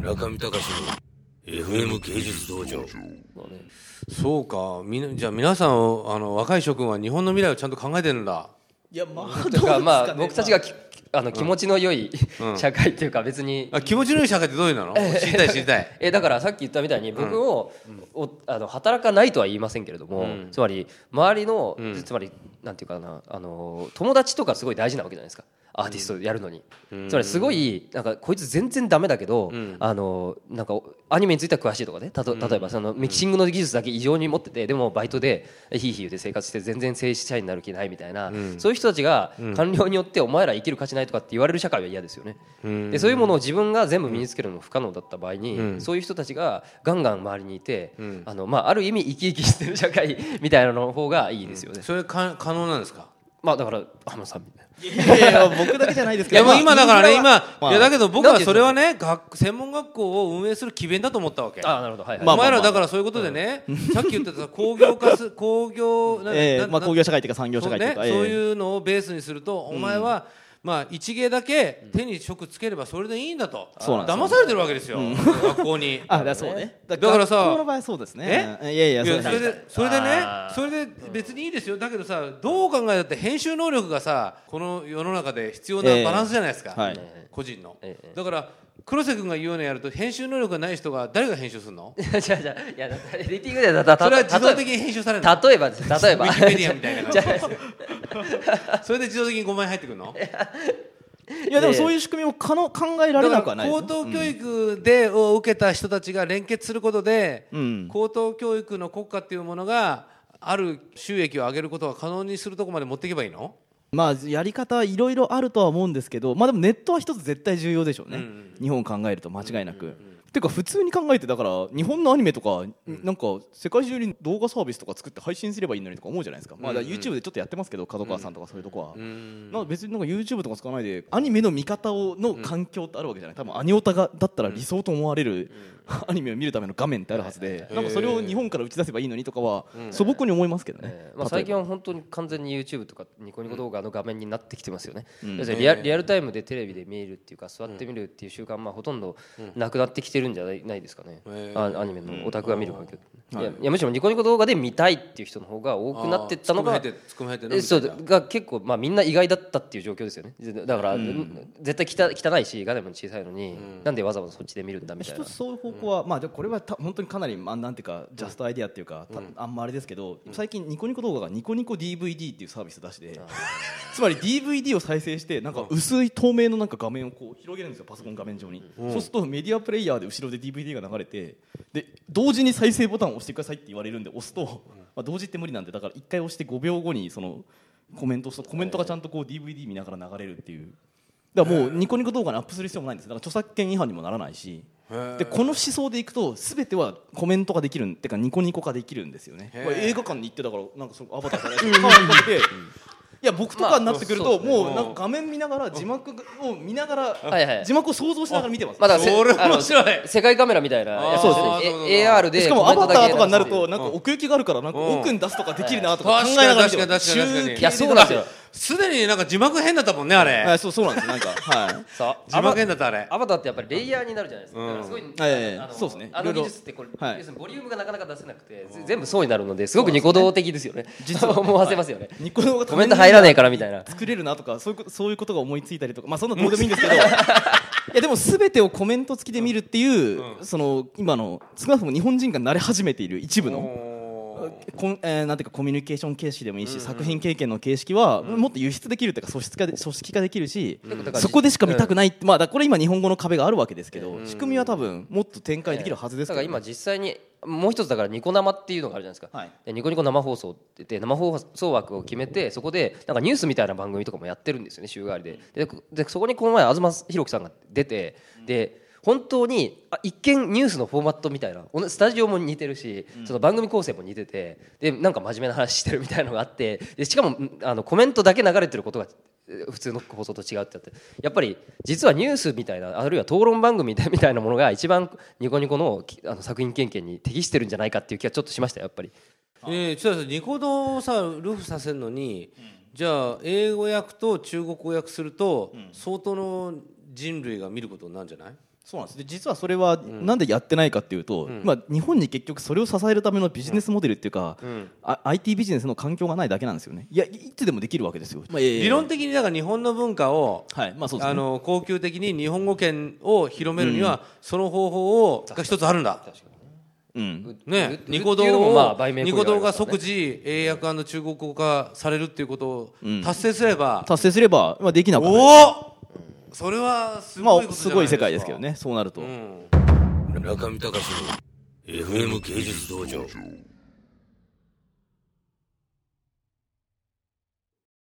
中見隆の FM 芸術道場そうかみなじゃあ皆さんをあの若い諸君は日本の未来をちゃんと考えてるんだいやまあどうとですか、かね、まあ僕たちががきあの気持ちの良い社会というか別にあ気持ちのいい社会ってどういうのなの知りたい知りたい えだからさっき言ったみたいに僕を、おあの働かないとは言いませんけれども、つまり周りの、つまりなんていうかなあの友達とかすごい大事なわけじゃないですかアーティストやるのに、つまりすごいなんかこいつ全然ダメだけど、あのなんかアニメについては詳しいとかねたと例えばそのミキシングの技術だけ異常に持っててでもバイトでひいひい言って生活して全然正社員になる気ないみたいな、そういう人たちが官僚によってお前ら生きる価値ないとかって言われる社会は嫌ですよね。でそういうものを自分が全部身につけるのも不可能だった場合に、そういう人たちがガンガン周りにいて、あのまあ、ある意味生き生きしてる社会みたいなの方がいいですよね、それか可能なんですかまあだから浜田さんみたいないやいや僕だけじゃないですいけやどもう今だからね今、まあいやだけど僕なはんて言うんですかそれはね学専門学校を運営する詭弁だと思ったわけああなるほどはいはい、まあお前らだからそういうことでね、さっき言ってたさ工業化す工業なん ええなんまあ、なん工業社会というか産業社そう会というねか、そうええいうのをベースにすると、お前は、まあ、一芸だけ手に職つければそれでいいんだと、そうなんですよ騙されてるわけですよ、学校 に。あだからそうねだだからさ学校の場合そうですねいやいやいそれやそれでそれでねあーそれで別にいいですよだけどさどう考えたって編集能力がさこの世の中で必要なええバランスじゃないですか、はい個人の、ええだから黒瀬君が言うようなやると編集能力がない人が誰が編集するの じゃあじゃあいやだからエディティングでだだそれはた自動的に編集されるの例えば です例えばウィキペディアみたいな感じじゃあじ ゃそれで自動的に5万円入ってくるのいやでもそういう仕組みも可能考えられなだくかはらないです高ね等教育でを受けた人たちが連結することで、うん高等教育の国家っていうものがある収益を上げることが可能にするとこまで持っていけばいいのまあやり方はいろいろあるとは思うんですけどまあでもネットは一つ絶対重要でしょうね、日本を考えると間違いなく、ていうか普通に考えてだから日本のアニメとか、なんか世界中に動画サービスとか作って配信すればいいのにとか思うじゃないですか、まあだから YouTube でちょっとやってますけど角川さんとかそういうとこは、なんか別になんか YouTube とか使わないでアニメの見方をの環境ってあるわけじゃない多分アニオタがだったら理想と思われる、 アニメを見るための画面ってあるはずで、なんかそれを日本から打ち出せばいいのにとかは素朴に思いますけどね、えーまあ、例え最ば近は本当に完全に YouTube とかニコニコ動画の画面になってきてますよね、ん要するにリアリアルタイムでテレビで見るっていうか座って見るっていう習慣、まあ、ほとんどなくなってきてるんじゃないないですかね、えあアニメのオタクが見る環境、いやいやむしろニコニコ動画で見たいっていう人の方が多くなってったのあがー突っ込み入って突っ込み入ってるえなそうみたいなが結構、まあ、みんな意外だったっていう状況ですよねだから、絶対きた汚いし画面も小さいのに、なんでわざわざそっちで見るんだみたい一なつそういう方向は、まあ、じゃあこれはた本当にかなり、まあ、なんていうかジャストアイデアっていうか、たあんまあれですけど、最近ニコニコ動画がニコニコ DVD っていうサービス出して、つまり DVD を再生してなんか薄い透明のなんか画面をこう広げるんですよパソコン画面上に、そうするとメディアプレイヤーで後ろで DVD が流れてで同時に再生ボタンを押してくださいって言われるんで押すと、まあ、同時って無理なんでだから1回押して5秒後にそのコメントをしたコメントがちゃんとこう DVD 見ながら流れるっていう。だからもうニコニコ動画にアップする必要もないんですだから著作権違反にもならないしでこの思想でいくと全てはコメントができるんてかニコニコ化できるんですよねこれ映画館に行ってだからなんかそのアバターから変わ っていや僕とかになってくると、もうなんか画面見ながら字幕を見ながら、はいはい字幕を想像しながら見てます、まだせそれあの面白い世界カメラみたいなあーそうそうそうそうえ AR でしかもアバターとかになるとコメントだけやるっていうなんか奥行きがあるからなんか奥に出すとかできるなとか考確えかなにがら確見てかに確かまにす確かにいやそうなんですよすでになんか字幕変だったもんねあれ、はいそうそうなんですよなんかはいそう字幕変だったあれアバターってやっぱりレイヤーになるじゃないですか。だからすごい、ええあのそうですねあいろのいろ技術ってこれ、はい要するにボリュームがなかなか出せなくて、ぜ全部層になるのですごくニコ動的ですよね。実は 思わせますよね。ニコ動画コメント入らねえからみたいな。作れるなとかそういうことそういうことが思いついたりとかまあそんなどうでもいいんですけどいやでも全てをコメント付きで見るっていう、その今の少なくとも日本人が慣れ始めている一部の。こんえーなんていうかコミュニケーション形式でもいいし、作品経験の形式は、もっと輸出できるというか組織化で組織化できるし、んそこでしか見たくないって、まあ、だからこれ今日本語の壁があるわけですけど、仕組みは多分もっと展開できるはずですだけかどら今実際にもう一つだからニコ生っていうのがあるじゃないですか、はいでニコニコ生放送って言って生放送枠を決めてそこでなんかニュースみたいな番組とかもやってるんですよね週替わりでででそこにこの前東博樹さんが出てで本当にあ一見ニュースのフォーマットみたいなおなスタジオも似てるし、その番組構成も似ててでなんか真面目な話してるみたいのがあってでしかもんあのコメントだけ流れてることがえー普通の放送と違うってやってやっぱり実はニュースみたいなあるいは討論番組みたいみたいなものが一番ニコニコのきあの作品経験に適してるんじゃないかっていう気がちょっとしましたよやっぱりえー、ちょっとさニコ動をさルフさせるのに、じゃあ英語訳と中国語訳すると、相当の人類が見ることになるんじゃないそうなんですで実はそれはなんでやってないかっていうと、まあ、日本に結局それを支えるためのビジネスモデルっていうか、あ IT ビジネスの環境がないだけなんですよねいやいつでもできるわけですよ、まあ、理論的にだから日本の文化をはいまあそうですねあの恒久的に日本語圏を広めるにはその方法をが一つあるんだ。うん、売るねっ、ていうニコ動のもまあを売名行為ニコ動ではがありますから即ね時英訳中国語化されるっていうことをん達成すれば、達成すれば、まあ、できなくはないおお、それはすまごいことあ、じすゃなごいいですか。世界ですけどねそうなると、うん。村上隆の FM 芸術道場